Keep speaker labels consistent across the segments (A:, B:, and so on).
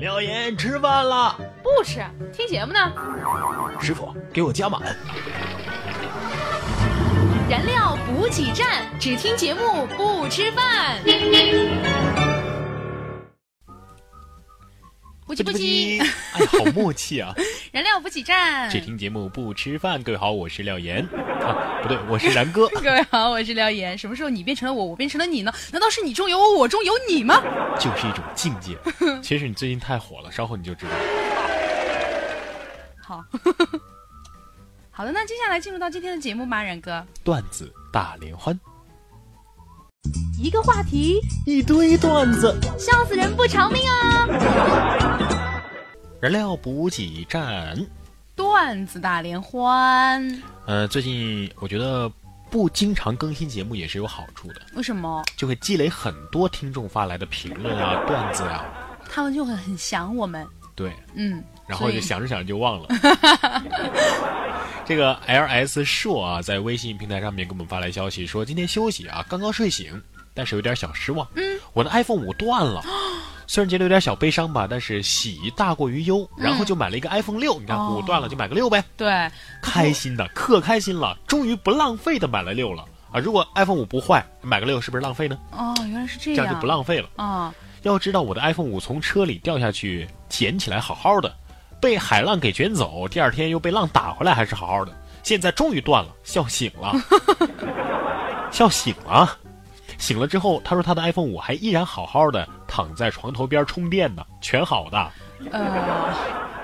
A: 廖岩吃饭了，
B: 不吃，听节目呢。
A: 师傅给我加满。
B: 燃料补给站，只听节目不吃饭。不急不哎急，
A: 哎呀，好默契 啊！
B: 燃料补给站，
A: 只听节目不吃饭。各位好，我是廖岩，啊，不对，我是然哥。
B: 各位好，我是廖岩。什么时候你变成了我，我变成了你呢？难道是你中有我，我中有你吗？
A: 就是一种境 界。其实你最近太火了，稍后你就知道。
B: 好， 好的，那接下来进入到今天的节目吧，冉哥。
A: 段子大联欢，
B: 一个话题，
A: 一堆段子。
B: 笑死人不偿命啊！
A: 燃料补给站，
B: 段子大联欢，
A: 呃，最近我觉得不经常更新节目也是有好处的，
B: 为什么
A: 就会积累很多听众发来的评论啊、段子啊，
B: 他们就很很想我们？
A: 对，
B: 嗯，
A: 然后
B: 所
A: 就
B: 以
A: 想着想着就忘 了。这个 L S 硕啊，在微信平台上面给我们发来消息说，今天休息啊，刚刚睡醒，但是有点小失望。嗯，我的 iPhone 五断 了，虽然觉得有点小悲伤吧，但是喜大过于忧，然后就买了一个 iPhone 六。你看
B: 嗯哦
A: 五断了就买个六呗，
B: 对，
A: 开心的，可开心了，终于不浪费的买了六了啊！如果 iPhone 五不坏，买个六是不是浪费呢？
B: 哦，原来是这
A: 这
B: 样，
A: 样就不浪费了。
B: 啊、
A: 要知道我的 iPhone 五从车里掉下去捡起来好好的，被海浪给卷走，第二天又被浪打回来还是好好的，现在终于断了，笑醒了，笑醒了。醒了之后，他说他的 iPhone 五还依然好好的躺在床头边充电呢，全好的。
B: 呃，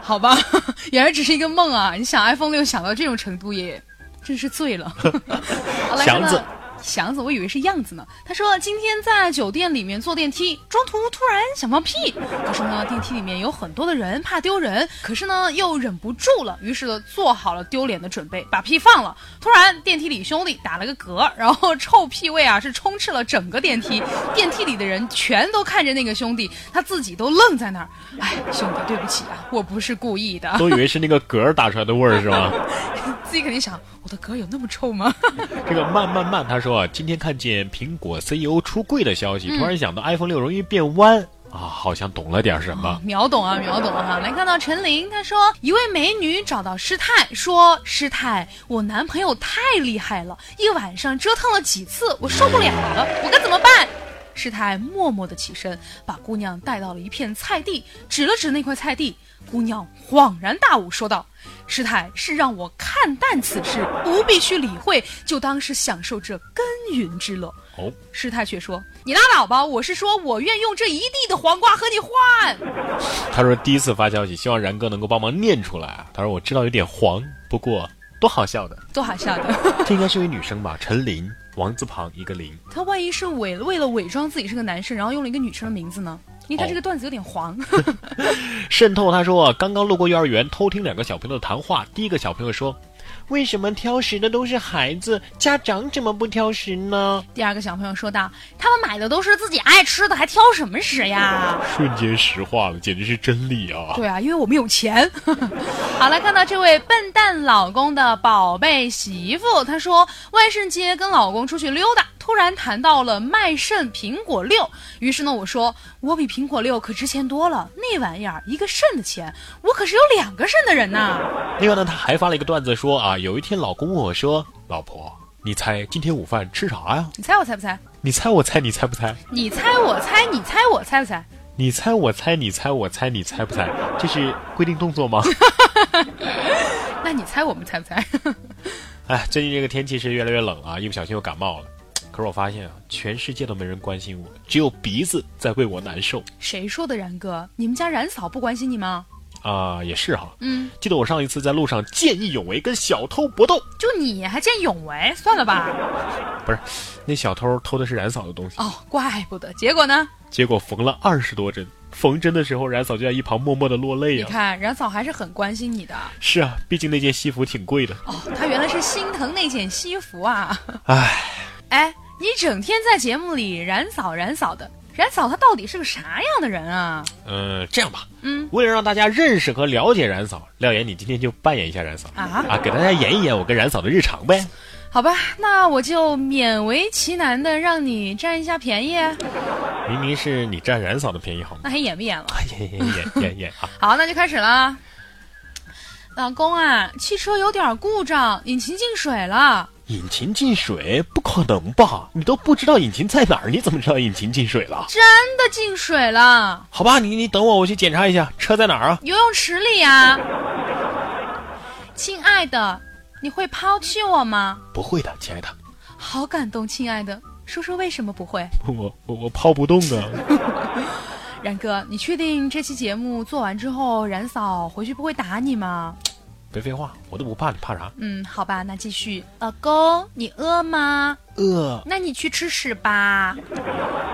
B: 好吧， 原来只是一个梦啊！你想 iPhone 六想到这种程度也真是醉了。 好来
A: 祥子
B: 看看祥子，我以为是样子呢。他说今天在酒店里面坐电梯，中途突然想放屁，可是呢，电梯里面有很多的人，怕丢人，可是呢又忍不住了，于是呢做好了丢脸的准备，把屁放了。突然电梯里兄弟打了个嗝，然后臭屁味啊是充斥了整个电梯，电梯里的人全都看着那个兄弟，他自己都愣在那儿。哎，兄弟，对不起啊，我不是故意的。
A: 都以为是那个嗝儿打出来的味儿是吗？
B: 自己肯定想，我的嗝有那么臭吗？
A: 这个慢慢慢，他说啊，今天看见苹果 CEO 出柜的消息，突然想到 iPhone 六容易变弯啊，好像懂了点什么。
B: 秒懂啊，秒懂哈、来看到陈琳，她说一位美女找到师太，说师太，我男朋友太厉害了，一晚上折腾了几次，我受不了了，我该怎么办？师太默默地起身，把姑娘带到了一片菜地，指了指那块菜地。姑娘恍然大悟，说道：“师太是让我看淡此事，不必去理会，就当是享受这耕耘之乐。”
A: 哦，
B: 师太却说：“你拉倒吧，我是说我愿用这一地的黄瓜和你换。”
A: 他说第一次发消息，希望然哥能够帮忙念出来啊。他说我知道有点黄，不过多好笑的。
B: 多好笑的！
A: 这应该是位女生吧？陈琳，王字旁一个琳。
B: 他万一是伪为了伪装自己是个男生，然后用了一个女生的名字呢？因为他这个段子有点黄。
A: 渗透他说啊刚刚路过幼儿园，偷听两个小朋友的谈话。第一个小朋友说：“为什么挑食的都是孩子，家长怎么不挑食呢
B: 第二个小朋友说道：“他们买的都是自己爱吃的，还挑什么食呀？”
A: 瞬间石化了，简直是真理啊！
B: 对啊，因为我们有钱。 好了，看到这位笨蛋老公的宝贝媳妇，她说万圣节跟老公出去溜达，突然谈到了卖肾苹果六，于是呢，我说我比苹果六可值钱多了，那玩意儿一个肾的钱，我可是有两个肾的人呐、
A: 另外呢，他还发了一个段子说啊，有一天老公问我说：“老婆，你猜今天午饭吃啥呀
B: 你猜我猜不猜？？”
A: 你猜我猜，你猜不猜？
B: 你猜我猜，你猜我猜不猜？
A: 你猜我猜，你猜我猜，你猜不猜？这是规定动作 吗？
B: 那你猜我们猜不猜？
A: 哎，最近这个天气是越来越冷啊了，一不小心又感冒了。可是我发现啊，全世界都没人关心我，只有鼻子在为我难受
B: 谁说的？然哥，你们家然嫂不关心你吗？
A: 啊、也是哈，
B: 嗯，
A: 记得我上一次在路上见义勇为，跟小偷搏斗，
B: 就你还见义勇为，算了吧。
A: 不是，那小偷偷的是冉嫂的东西，
B: 哦，怪不得。结果呢？
A: 结果缝了二十多针。缝针的时候，冉嫂就在一旁默默的落泪
B: 你
A: 啊。
B: 看，然嫂还是很关心你的。
A: 是啊，毕竟那件西服挺贵的。
B: 哦，她原来是心疼那件西服啊。
A: 唉，
B: 哎，你整天在节目里然嫂然嫂的，然嫂她到底是个啥样的人啊？
A: 呃，这样吧，
B: 嗯，
A: 为了让大家认识和了解冉嫂，廖岩，你今天就扮演一下冉嫂
B: 啊
A: 啊，给大家演一演我跟冉嫂的日常呗。
B: 好吧，那我就勉为其难的让你占一下便宜，啊
A: 明明是你占冉嫂的便宜好吗？
B: 那还演不演了？
A: 哎演演演演演 啊！
B: 好，那就开始了。老公啊，汽车有点故障，引擎进水了。
A: 引擎进水不可能吧？你都不知道引擎在哪儿，你怎么知道引擎进水了？
B: 真的进水了，
A: 好吧，你你等我，我去检查一下车在哪儿啊？
B: 游泳池里啊！亲爱的，你会抛弃我吗？
A: 不会的，亲爱的，
B: 好感动，亲爱的，说说为什么不会？
A: 我我我抛不动啊！
B: 然哥，你确定这期节目做完之后，冉嫂回去不会打你吗？
A: 别废话，我都不怕，你怕啥？
B: 嗯，好吧，那继续。老公，你饿吗？
A: 饿、
B: 那你去吃屎吧。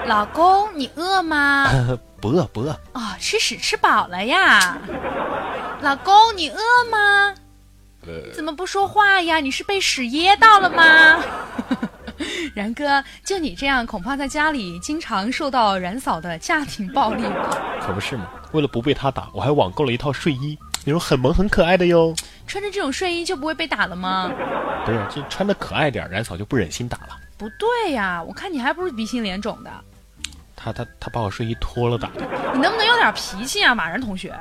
B: 老公，你饿吗？
A: 呃不饿不饿？
B: 哦，吃屎吃饱了呀。老公，你饿吗？
A: 呃
B: 怎么不说话呀？你是被屎噎到了吗？ 然哥，就你这样，恐怕在家里经常受到冉嫂的家庭暴力吧？
A: 可不是嘛。为了不被他打，我还网购了一套睡衣，那种很萌很可爱的哟。
B: 穿着这种睡衣就不会被打了吗？
A: 不是，这穿的可爱点儿，冉嫂就不忍心打了。
B: 不对呀，我看你还不如鼻青脸肿的，
A: 他他他把我睡衣脱了打的。
B: 你能不能有点脾气啊，马然同学？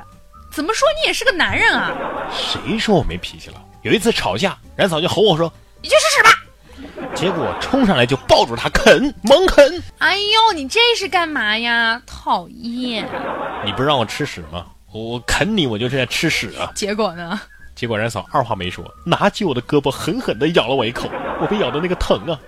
B: 怎么说你也是个男人啊？
A: 谁说我没脾气了？有一次吵架，冉嫂就吼我说，
B: 你去试试吧！
A: 结果我冲上来就抱住他啃，猛啃。
B: 哎呦，你这是干嘛呀？讨厌！
A: 你不是让我吃屎吗？我我啃你，我就是在吃屎啊！
B: 结果呢？
A: 结果冉嫂二话没说，拿起我的胳膊狠狠地咬了我一口，我被咬的那个疼啊！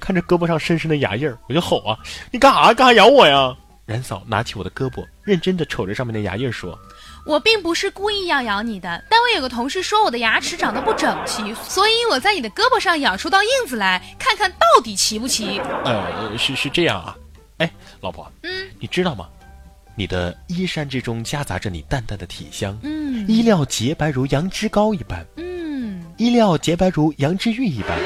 A: 看着胳膊上深深的牙印儿，我就吼啊：“你干啥？干啥咬我呀？”冉嫂拿起我的胳膊，认真地瞅着上面的牙印儿说
B: 我并不是故意要咬你的，单位有个同事说我的牙齿长得不整齐，所以我在你的胳膊上咬出道印子来，看看到底齐不齐。：“
A: 呃，是是这样啊。”哎，老婆，
B: 嗯
A: 你知道吗？你的衣衫之中夹杂着你淡淡的体香，
B: 嗯
A: 衣料洁白如羊脂膏一般，
B: 嗯，
A: 衣料洁白如羊脂玉一般，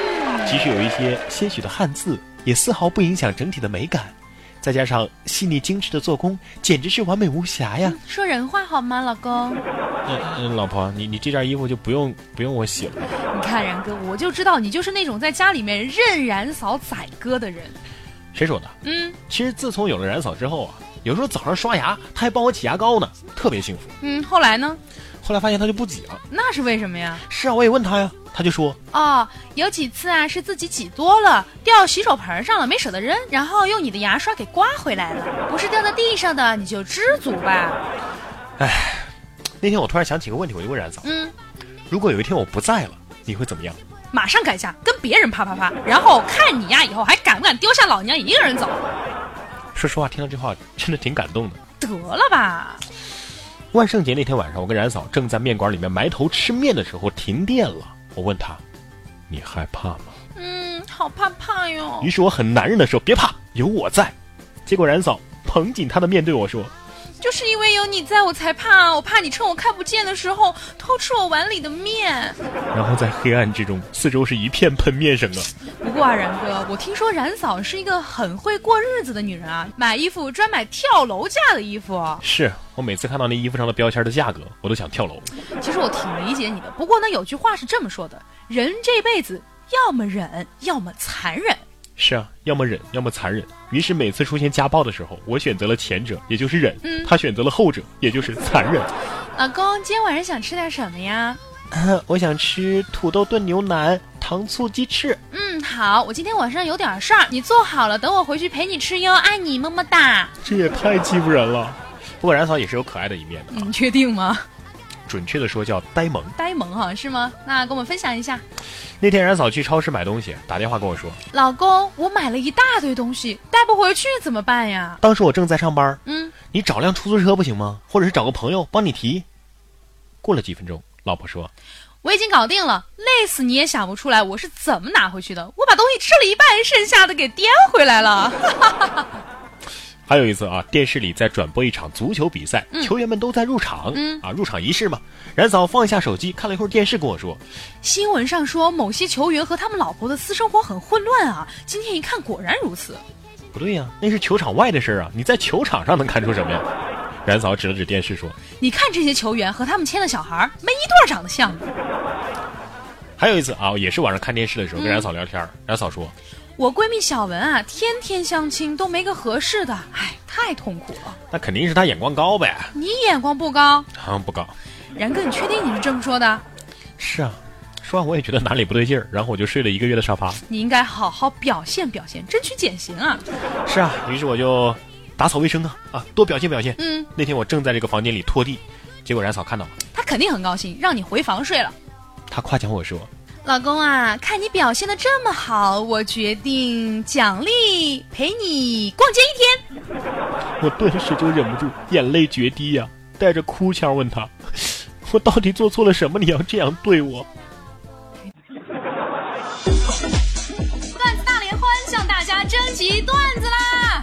A: 即使有一些些许的汗渍，也丝毫不影响整体的美感。再加上细腻精致的做工，简直是完美无瑕呀！
B: 说人话好吗，老公？
A: 嗯嗯，老婆，你你这件衣服就不用不用我洗了。
B: 你看然哥，我就知道你就是那种在家里面任冉嫂宰割的人。
A: 谁说的？
B: 嗯
A: 其实自从有了冉嫂之后啊，有时候早上刷牙，她还帮我挤牙膏呢，特别幸福。
B: 嗯，后来呢？
A: 后来发现她就不挤了。
B: 那是为什么呀？
A: 是啊，我也问她呀，她就说
B: 哦，有几次啊是自己挤多了，掉洗手盆上了，没舍得扔，然后用你的牙刷给刮回来了。不是掉在地上的，你就知足吧。
A: 那天我突然想起个问题，我就问冉嫂，
B: 嗯，
A: 如果有一天我不在了，你会怎么样？
B: 马上改嫁，跟别人啪啪啪，然后看你呀以后还敢不敢丢下老娘一个人走？
A: 说实话，听到这话真的挺感动的。
B: 得了吧，
A: 万圣节那天晚上，我跟冉嫂正在面馆里面埋头吃面的时候，停电了。我问她：“你害怕吗
B: 嗯，好怕怕？”哟
A: 于。是我很男人的说：“别怕，有我在。”结果冉嫂捧紧她的面对我说
B: 就是因为有你在我才怕，我怕你趁我看不见的时候偷吃我碗里的面。：“
A: 然后在黑暗之中，四周是一片喷面声啊！
B: 不过啊，然哥，我听说冉嫂是一个很会过日子的女人啊，买衣服专买跳楼价的衣服。
A: 是我每次看到那衣服上的标签的价格，我都想跳楼。
B: 其实我挺理解你的，不过呢，有句话是这么说的：人这辈子要么忍，要么残忍。
A: 是啊，要么忍，要么残忍。于是每次出现家暴的时候，我选择了前者，也就是忍；
B: 嗯
A: 他选择了后者，也就是残忍。
B: 老公，今天晚上想吃点什么呀？
A: 我想吃土豆炖牛腩、糖醋鸡翅。
B: 嗯，好，我今天晚上有点事儿，你做好了，等我回去陪你吃哟，爱你，么么哒。
A: 这也太欺负人了。不过冉嫂也是有可爱的一面的，
B: 你确定吗？
A: 准确的说叫呆萌。
B: 呆萌哈、是吗？那跟我们分享一下。
A: 那天冉嫂去超市买东西，打电话跟我说，
B: 老公，我买了一大堆东西，带不回去怎么办呀？
A: 当时我正在上班，
B: 嗯，
A: 你找辆出租车不行吗？或者是找个朋友帮你提。过了几分钟，老婆说
B: 我已经搞定了，累死你也想不出来我是怎么拿回去的。我把东西吃了一半，剩下的给颠回来了。
A: 还有一次啊，电视里在转播一场足球比赛，球员们都在入场，
B: 嗯
A: 啊，入场仪式嘛。冉嫂放下手机看了一会儿电视，跟我说，
B: 新闻上说某些球员和他们老婆的私生活很混乱啊，今天一看果然如此。
A: 不对呀、那是球场外的事儿啊，你在球场上能看出什么呀？ 冉嫂指了指电视说，
B: 你看这些球员和他们签的小孩儿，没一对儿长得像的。
A: 还有一次啊，也是晚上看电视的时候跟冉嫂聊天儿，冉嫂说
B: 我闺蜜小文啊，天天相亲都没个合适的，哎，太痛苦了。：“
A: 那肯定是他眼光高 呗。
B: 你眼光不高，”
A: 啊，不高。
B: 然哥，你确定你是这么说的？
A: 是啊，说完我也觉得哪里不对劲儿，然后我就睡了一个月的沙发。
B: 你应该好好表现表现，争取减刑啊。
A: 是啊，于是我就打扫卫生啊啊，多表现表现。
B: 嗯，
A: 那天我正在这个房间里拖地，结果冉嫂看到了，
B: 他肯定很高兴，让你回房睡了。
A: 她夸奖我说
B: 老公啊，看你表现的这么好，我决定奖励陪你逛街一天。：“
A: 我顿时就忍不住眼泪决堤呀、带着哭腔问她： 我到底做错了什么？你要这样对我？”
B: 段子大联欢向大家征集段子啦！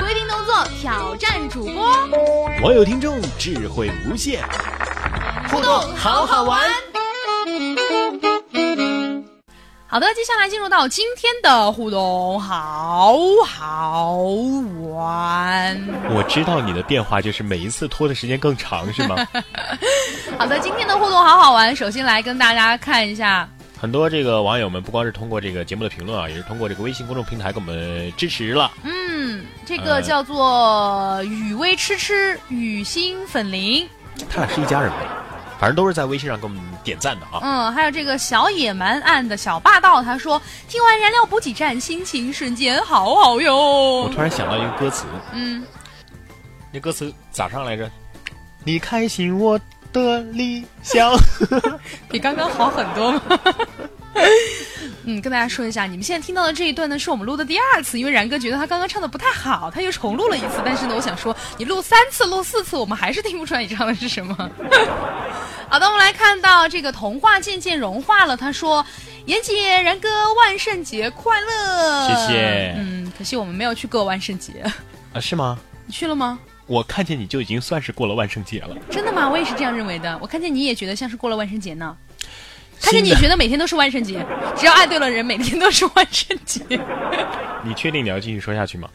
B: 规定动作挑战主播，
A: 网友听众智慧无限，互动好好玩。
B: 好的，接下来进入到今天的互动，好好玩。
A: 我知道你的变化就是每一次拖的时间更长，是吗？
B: 好的，今天的互动好好玩，首先来跟大家看一下，
A: 很多这个网友们不光是通过这个节目的评论啊，也是通过这个微信公众平台给我们支持了。
B: 嗯，这个叫做雨薇痴痴雨心粉铃，
A: 他俩是一家人呗，反正都是在微信上给我们点赞的啊。
B: 嗯，还有这个小野蛮暗的小霸道，他说听完燃料补给站，心情瞬间好好
A: 我
B: 哟。
A: 突然想到一个歌词，
B: 嗯，
A: 那歌词咋唱来着？你开心我的理想。
B: 比刚刚好很多嘛。 嗯，跟大家说一下，你们现在听到的这一段呢，是我们录的第二次，因为然哥觉得他刚刚唱的不太好，他又重录了一次。但是呢，我想说，你录三次、录四次，我们还是听不出来你唱的是什 么。好的，我们来看到这个童话渐渐融化了，他说：“妍姐、然哥，万圣节快乐！”
A: 谢谢
B: 嗯，可惜我们没有去过万圣节，
A: 啊，是吗？
B: 你去了吗？
A: 我看见你就已经算是过了万圣节了。
B: 真的吗？我也是这样认为的。我看见你也觉得像是过了万圣节呢。看见
A: 新
B: 你
A: 的，
B: 觉得每天都是万圣节，只要爱对了人，每天都是万圣节。
A: 你确定你要继续说下去吗？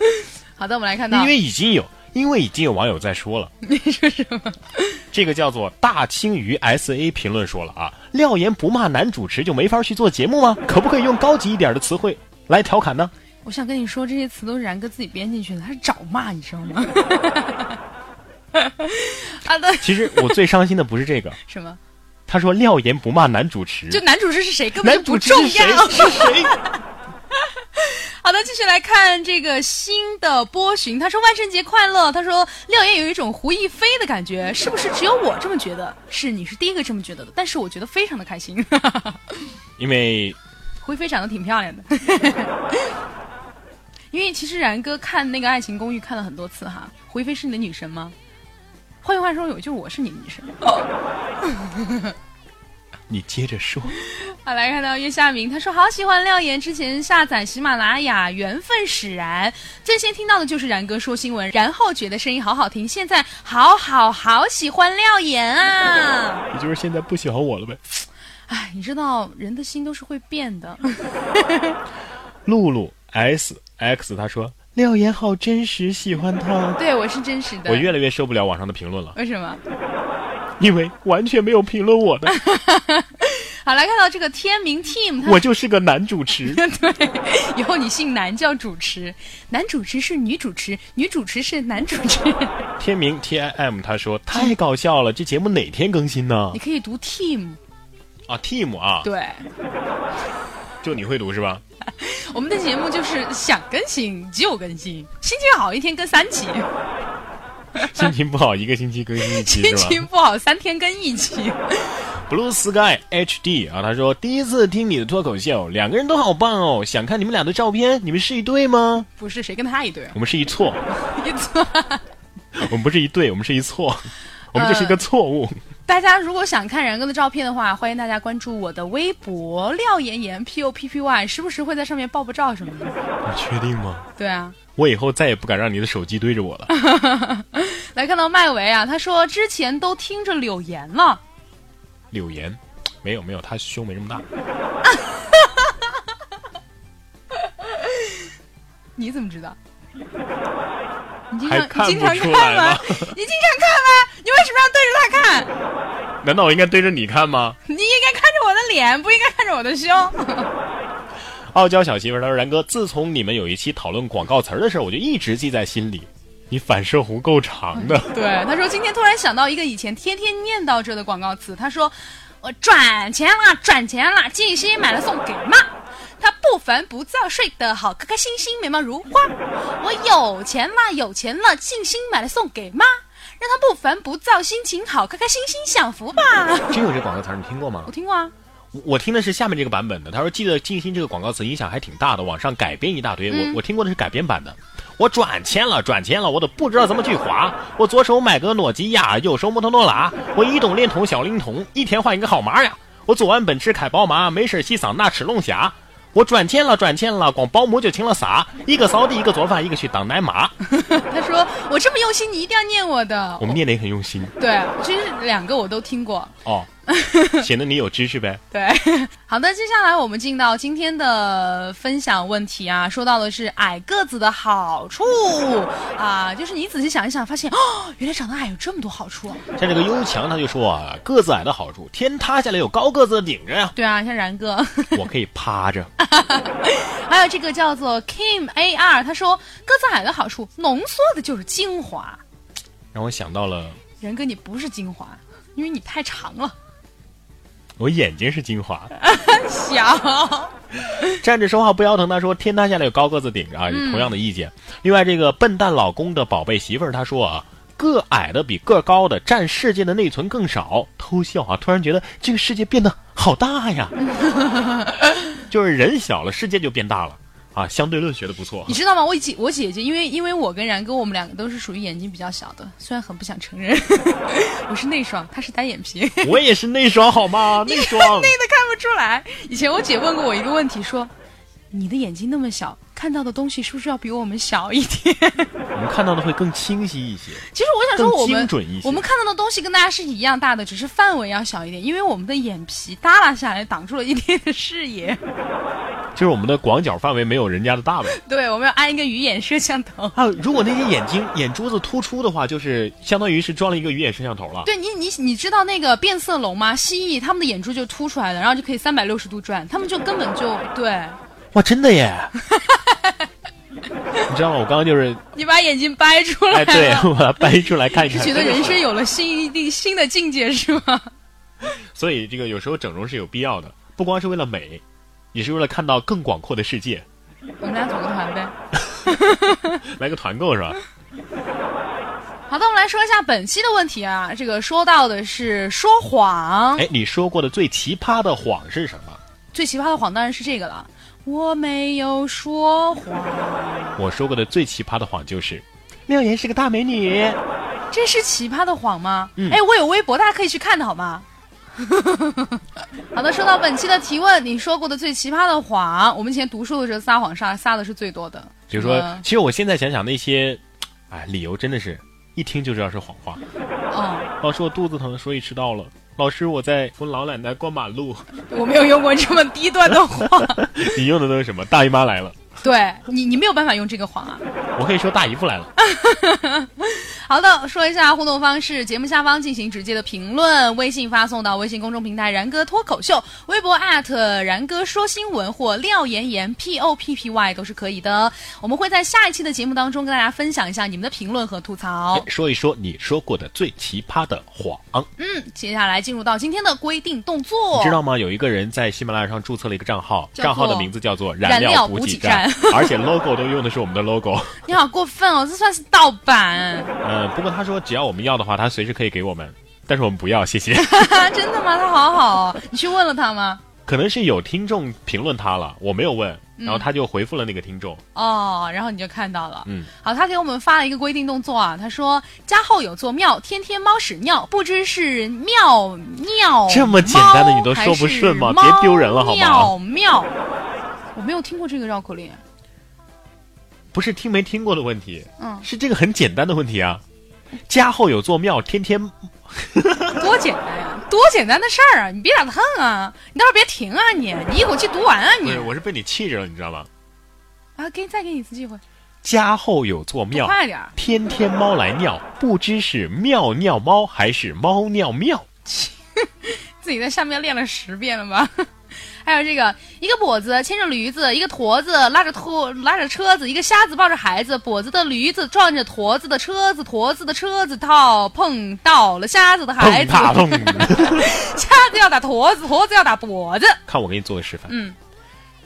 B: 好的，我们来看到
A: 因为已经有，因为已经有网友在说了，
B: 你说什么？
A: 这个叫做大青鱼 S A 评论说了啊，廖岩不骂男主持就没法去做节目吗？可不可以用高级一点的词汇来调侃呢？
B: 我想跟你说，这些词都是然哥自己编进去的，他是找骂，你知道 吗？好的，
A: 其实我最伤心的不是这个，
B: 什么？
A: 他说廖岩不骂男主持，
B: 就男主持是谁根本
A: 男
B: 就不
A: 主
B: 重
A: 持是谁
B: 要。
A: 是谁？
B: 好的，继续来看这个新的波旬，他说万圣节快乐，他说廖岩有一种胡一菲的感觉，是不是只有我这么觉得？是，你是第一个这么觉得的，但是我觉得非常的开心。
A: 因为
B: 胡一菲长得挺漂亮的。 因为其实然哥看那个《爱情公寓》看了很多次哈，胡一菲是你的女神吗？换句话说，有就是我是你的女神。
A: 你接着说，
B: 好，来看到月下明，他说好喜欢廖岩，之前下载喜马拉雅，缘分使然，最先听到的就是然哥说新闻，然后觉得声音好好听，现在好好好喜欢廖岩啊！
A: 也就是现在不喜欢我了呗。
B: 哎，你知道人的心都是会变的。
A: 露露 S X 他说廖岩好真实，喜欢 他。
B: 对，我是真实的。
A: 我越来越受不了网上的评论了，
B: 为什么？
A: 因为完全没有评论我 的，
B: 好，来看到这个天明 team，他
A: 我就是个男主持。
B: 以后你姓男叫主持，男主持是女主持，女主持是男主 持。
A: 天明 T I M 他说太搞笑了，这节目哪天更新 呢
B: 你？可以读 team。
A: 啊，team 啊，
B: 对，
A: 就你会读是吧？
B: 我们的节目就是想更新就更新，心情好一天更三 期，
A: 心情不好，一个星期更新一期
B: 心
A: 是吧
B: 情不好三天更一期。
A: ？Blue Sky H D 啊，他说第一次听你的脱口秀，两个人都好棒哦，想看你们俩的照片，你们是一对吗？
B: 不是谁跟他一对啊？
A: 我们是一错。呃
B: 一错。
A: 我们不是一对，我们是一错，我们就是一个错误。
B: 大家如果想看然哥的照片的话，欢迎大家关注我的微博廖妍妍 P O P P Y，时不时会在上面爆爆照什么的。
A: 你确定吗？
B: 对啊，
A: 我以后再也不敢让你的手机对着我了。
B: 来看到麦维啊，他说之前都听着柳岩了，
A: 柳岩，没有没有，他胸没这么大。
B: 你怎 么知道？你经常
A: 还看
B: 你经常
A: 不出
B: 看
A: 来
B: 吗
A: 吗？
B: 你经常看吗？你为什么要对着他看？
A: 难道我应该对着你看吗？
B: 你应该看着我的脸，不应该看着我的 胸。
A: 傲娇小媳妇儿，她说：“然哥，自从你们有一期讨论广告词儿的事儿，我就一直记在心里。你反射弧够长 的，
B: 对，他说今天突然想到一个以前天天念叨着的广告词，他说我赚钱啦，赚钱啦，静心买了送给妈。他不烦不躁，睡得好，开开心心，眉毛如花。我有钱啦，有钱了，静心买了送给妈，让他不烦不躁，心情好，开开心心享福吧。
A: 真有这广告词儿，你听过吗
B: 我？听过啊，
A: 我我听的是下面这个版本的。他说：“记得静心这个广告词影响还挺大的，网上改编一大堆。我我听过的是改编版的。我转签了，转签了，我都不知道怎么去划。我左手买个诺基亚，右手摩托罗拉。我一懂恋童小灵童，一天换一个好妈呀。我左腕本驰凯宝马，没事西嗓那齿龙侠。我转签了，转签了，光保姆就请了仨，一个扫地，一个做饭，一个去当奶妈。”
B: 他说我这么用心，你一定要念我的。
A: 我们念的也很用心
B: 对，其实两个我都听过。
A: 哦，显得你有知识呗。
B: 对， 好的，接下来我们进到今天的分享问题啊，说到的是矮个子的好处啊，就是你仔细想一想，发现哦，原来长得矮有这么多好处啊。
A: 像这个优强他就说啊，个子矮的好处，天塌下来有高个子顶着呀、
B: 对啊，像然哥，
A: 我可以趴着。
B: 还有这个叫做 Kim A R，他说个子矮的好处，浓缩的就是精华。
A: 让我想到了，
B: 然哥，你不是精华，因为你太长了，
A: 我眼睛是精华，
B: 小。
A: 站着说话不腰疼。他说天塌下来有高个子顶着啊，有同样的意见。另外这个笨蛋老公的宝贝媳妇儿，他说啊。个矮的比个高的占世界的内存更少，偷笑啊！突然觉得这个世界变得好大呀，就是人小了，世界就变大了啊！相对论学的不错
B: 你，知道吗？我姐我姐姐，因为因为我跟然哥，我们两个都是属于眼睛比较小的，虽然很不想承认， 我是内双，她是单眼皮。
A: 我也是内双好吗？内双。
B: 那个看不出来。以前我姐问过我一个问题，说：“你的眼睛那么小，看到的东西是不是要比我们小一点
A: 我们看到的会更清晰一些。？”
B: 其实我想说，
A: 更
B: 我们
A: 精准一些
B: 我们看到的东西跟大家是一样大的，只是范围要小一点，因为我们的眼皮耷拉下来，挡住了一天的视野。
A: 就是我们的广角范围没有人家的大呗。
B: 对，我们要安一个鱼眼摄像头。
A: 啊，如果那些眼睛 眼珠子突出的话，就是相当于是装了一个鱼眼摄像头了。
B: 对你，你你知道那个变色龙吗？蜥蜴它们的眼珠就凸出来了，然后就可以三百六十度转，它们就根本就对
A: 哇，真的耶！ 你知道吗？我刚刚就是
B: 你把眼睛掰出来
A: 哎，
B: 了，
A: 对我把它掰出来看一看。
B: 觉得
A: 真的
B: 人
A: 是
B: 生有了新一定新的境界是吗？
A: 所以这个有时候整容是有必要的，不光是为了美，也是为了看到更广阔的世界。
B: 我们俩组个团呗。
A: 来个团购是吧？
B: 好的，我们来说一下本期的问题啊。这个说到的是说谎，
A: 哎，你说过的最奇葩的谎是什么？
B: 最奇葩的谎当然是这个了。我没有说谎，
A: 我说过的最奇葩的谎就是，廖岩是个大美女。
B: 这是奇葩的谎吗？
A: 嗯
B: 哎，我有微博，大家可以去看的 好吗？好的，说到本期的提问，你说过的最奇葩的谎，我们以前读书的时候撒谎撒撒的是最多的，
A: 比如说
B: 嗯，
A: 其实我现在想想那些，哎，理由真的是一听就知道是谎话。
B: 嗯，
A: 老师，我肚子疼，所以迟到了。老师，我在扶老奶奶过马路。
B: 我没有用过这么低端的谎，
A: 你用的都是什么？大姨妈来了，
B: 对你，你没有办法用这个谎啊。
A: 我可以说大姨夫来了。
B: 好的，说一下互动方式：节目下方进行直接的评论，微信发送到微信公众平台“然哥脱口秀”，微博然哥说新闻或廖妍妍 P O P P Y 都是可以的。我们会在下一期的节目当中跟大家分享一下你们的评论和吐槽。
A: 哎说一说你说过的最奇葩的谎，
B: 嗯，接下来进入到今天的规定动
A: 你
B: 作
A: 知。道吗？有一个人在喜马拉雅上注册了一个账号，
B: 叫做
A: 账号的名字叫做“
B: 燃料
A: 料
B: 补
A: 给
B: 给站”，
A: 而且 logo 都用的是我们的 logo。
B: 你好过分哦，这算是盗版？
A: 呃，不过他说只要我们要的话，他随时可以给我们，但是我们不要，谢谢。
B: 真的吗？他好好哦，你去问了他吗？
A: 可能是有听众评论他了，我没有问，然后
B: 嗯
A: 他就回复了那个听众。
B: 哦，然后你就看到了。
A: 嗯，
B: 好，他给我们发了一个规定动作啊，他说家后有座庙，天天猫屎尿，不知是庙尿
A: 这么简单的你都说不顺吗别丢人了好吗
B: 庙庙，我没有听过这个绕口令。
A: 不是听没听过的问题，
B: 嗯，
A: 是这个很简单的问题啊。家后有座庙，天天
B: 多简单呀、多简单的事儿啊！你别打他横啊，你倒是别停啊你，你一口气读完啊
A: 不
B: 你
A: 是，我是被你气着了，你知道吗？
B: 啊！给再给你一次机会，
A: 家后有座庙，
B: 快点儿！
A: 天天猫来尿，不知是妙尿猫还是猫尿妙。
B: 自己在下面练了十遍了吧？ 还有这个，一个跛子牵着驴子，一个驮子拉着拖拉着车子，一个瞎子抱着孩子，跛子的驴子撞着驮子的车子，驮子的车子套碰到了瞎子的孩
A: 砰
B: 子，
A: 啪砰！
B: 瞎子要打驮子，驮子要打跛子。
A: 看我给你做个示范。
B: 嗯，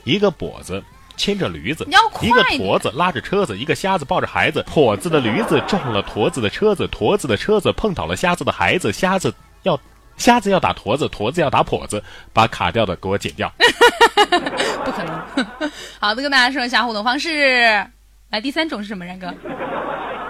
A: 一个跛子牵着驴子
B: 你要，快
A: 一
B: 点
A: 个驼子拉着车子，一个瞎子抱着孩子。跛子的驴子撞了驼子的车子，驼子的车子碰倒了瞎子的孩子，瞎子要瞎子要打驼子，驼子要打跛子，把卡掉的给我剪掉。
B: 不可能。 好的，跟大家说一下互动方式。来，第三种是什么？然哥，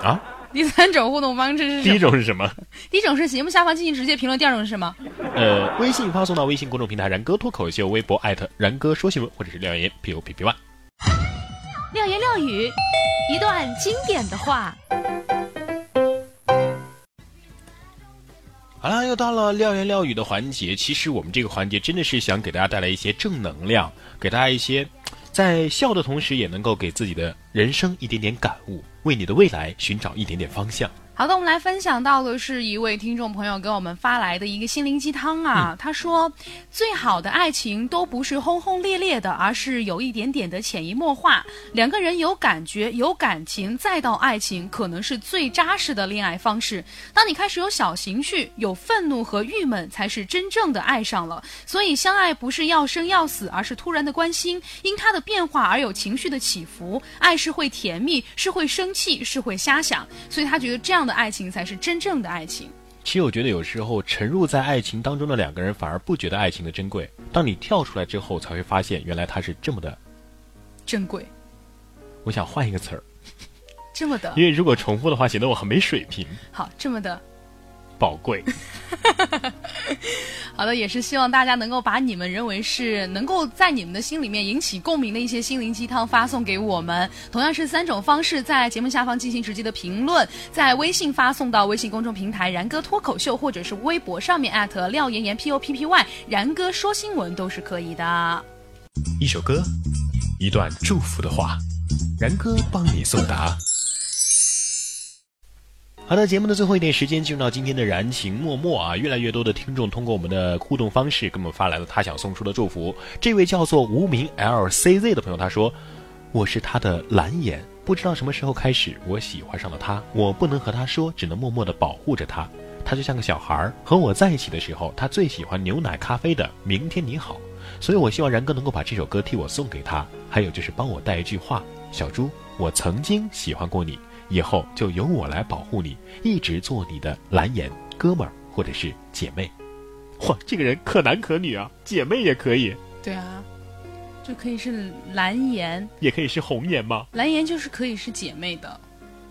A: 啊，
B: 第三种互动方式是什
A: 第
B: 么
A: 一种是 什么？
B: 第一种是节目下方进行直接评论，第二种是什么？
A: 呃，微信发送到微信公众平台“然哥脱口秀”，微博艾特“然哥说新闻”或者是廖岩 P O P P Y。
B: 廖言廖语，一段经典的话。
A: 好了，又到了廖言廖语的环节。其实我们这个环节真的是想给大家带来一些正能量，给大家一些在笑的同时，也能够给自己的人生一点点感悟，为你的未来寻找一点点方向。
B: 好的，我们来分享到的是一位听众朋友给我们发来的一个心灵鸡汤啊。他说，最好的爱情都不是轰轰烈烈的，而是有一点点的潜移默化。两个人有感觉、有感情，再到爱情，可能是最扎实的恋爱方式。当你开始有小情绪、有愤怒和郁闷，才是真正的爱上了。所以，相爱不是要生要死，而是突然的关心，因他的变化而有情绪的起伏。爱是会甜蜜，是会生气，是会瞎想。所以他觉得这样的爱情才是真正的爱情。
A: 其实我觉得有时候沉入在爱情当中的两个人反而不觉得爱情的珍贵，当你跳出来之后，才会发现原来它是这么的。
B: 珍贵，
A: 我想换一个词儿，
B: 这么的
A: 因为如果重复的话，显得我很没水平。
B: 好，这么的
A: 宝贵，
B: 好的，也是希望大家能够把你们认为是能够在你们的心里面引起共鸣的一些心灵鸡汤发送给我们。同样是三种方式，在节目下方进行直接的评论，在微信发送到微信公众平台“然哥脱口秀”或者是微博上面艾特廖岩岩 P O P P Y，然哥说新闻都是可以的。
A: 一首歌，一段祝福的话，然哥帮你送达。好的，节目的最后一点时间，进入到今天的燃情脉脉啊！越来越多的听众通过我们的互动方式，给我们发来了他想送出的祝福。这位叫做无名 LCZ 的朋友，他说：“我是他的蓝眼，不知道什么时候开始，我喜欢上了他。我不能和他说，只能默默的保护着他。他就像个小孩儿，和我在一起的时候，他最喜欢牛奶咖啡的《明天你好》，所以我希望然哥能够把这首歌替我送给他。还有就是帮我带一句话：小猪，我曾经喜欢过你，以后就由我来保护你，一直做你的蓝颜哥们儿或者是姐妹。哇，这个人可男可女啊，姐妹也可以，
B: 对啊，就可以是蓝颜，
A: 也可以是红颜吗？
B: 蓝颜就是可以是姐妹的。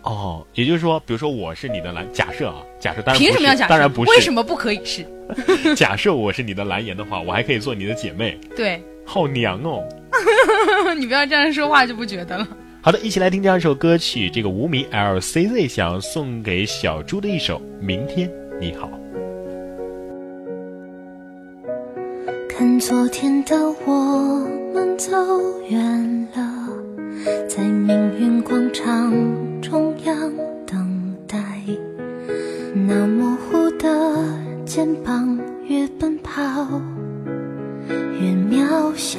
A: 哦，也就是说，比如说我是你的蓝，假设啊，假设当然
B: 凭
A: 不
B: 什么
A: 是
B: 要假设？
A: 当然不是，
B: 为什么不 可以是？
A: 么？假设我是你的蓝颜的话，我还可以做你的姐妹，
B: 对，
A: 好娘哦。
B: 你不要这样说话就不觉得了。
A: 好的，一起来听这样一首歌曲，这个无名 LCZ 想送给小猪的一首《明天你好》。
C: 看昨天的我们走远了，在命运广场中央等待，那模糊的肩膀越奔跑越渺小。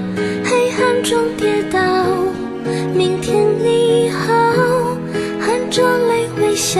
C: 黑暗中中跌倒，明天你好，含着泪微笑，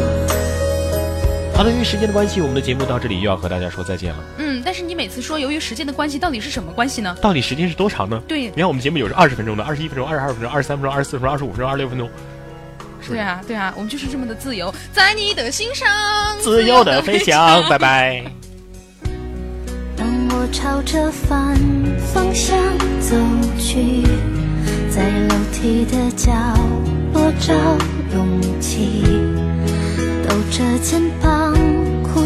A: 好的，由于时间的关系，我们的节目到这里又要和大家说再见了。
B: 嗯，但是你每次说由于时间的关系，到底是什么关系呢？
A: 到底时间是多长呢？
B: 对
A: 你，看我们节目有时二十分钟的，二十一分钟，二十二分钟，二十三分钟，二十四分钟，二十五分钟，二十六分钟，是不
B: 对
A: 是？
B: 啊，对啊，我们就是这么的自由，在你的心上，
A: 自由的飞翔，拜拜。
C: 当我朝着反方向走去，在楼梯的角落找勇气，抖着肩膀哭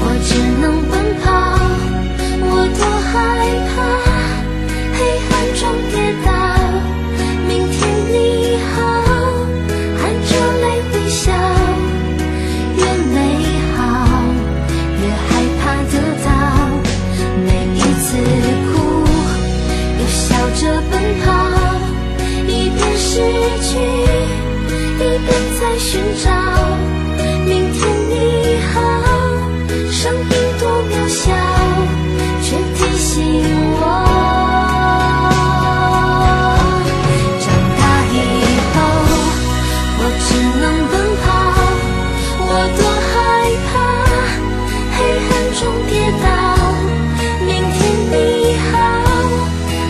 C: 我只能奔跑，我多害怕黑暗中跌倒。明天你好，含着泪微笑，越美好越害怕得到，每一次哭。又笑着奔跑，一边失去，一边在寻找。明天你好，声音多渺小，却提醒我。长大以后，我只能奔跑，我多害怕黑暗中跌倒。明天你好。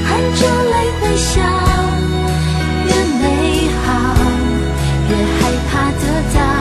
C: 含着泪微笑，越美好越害怕得到。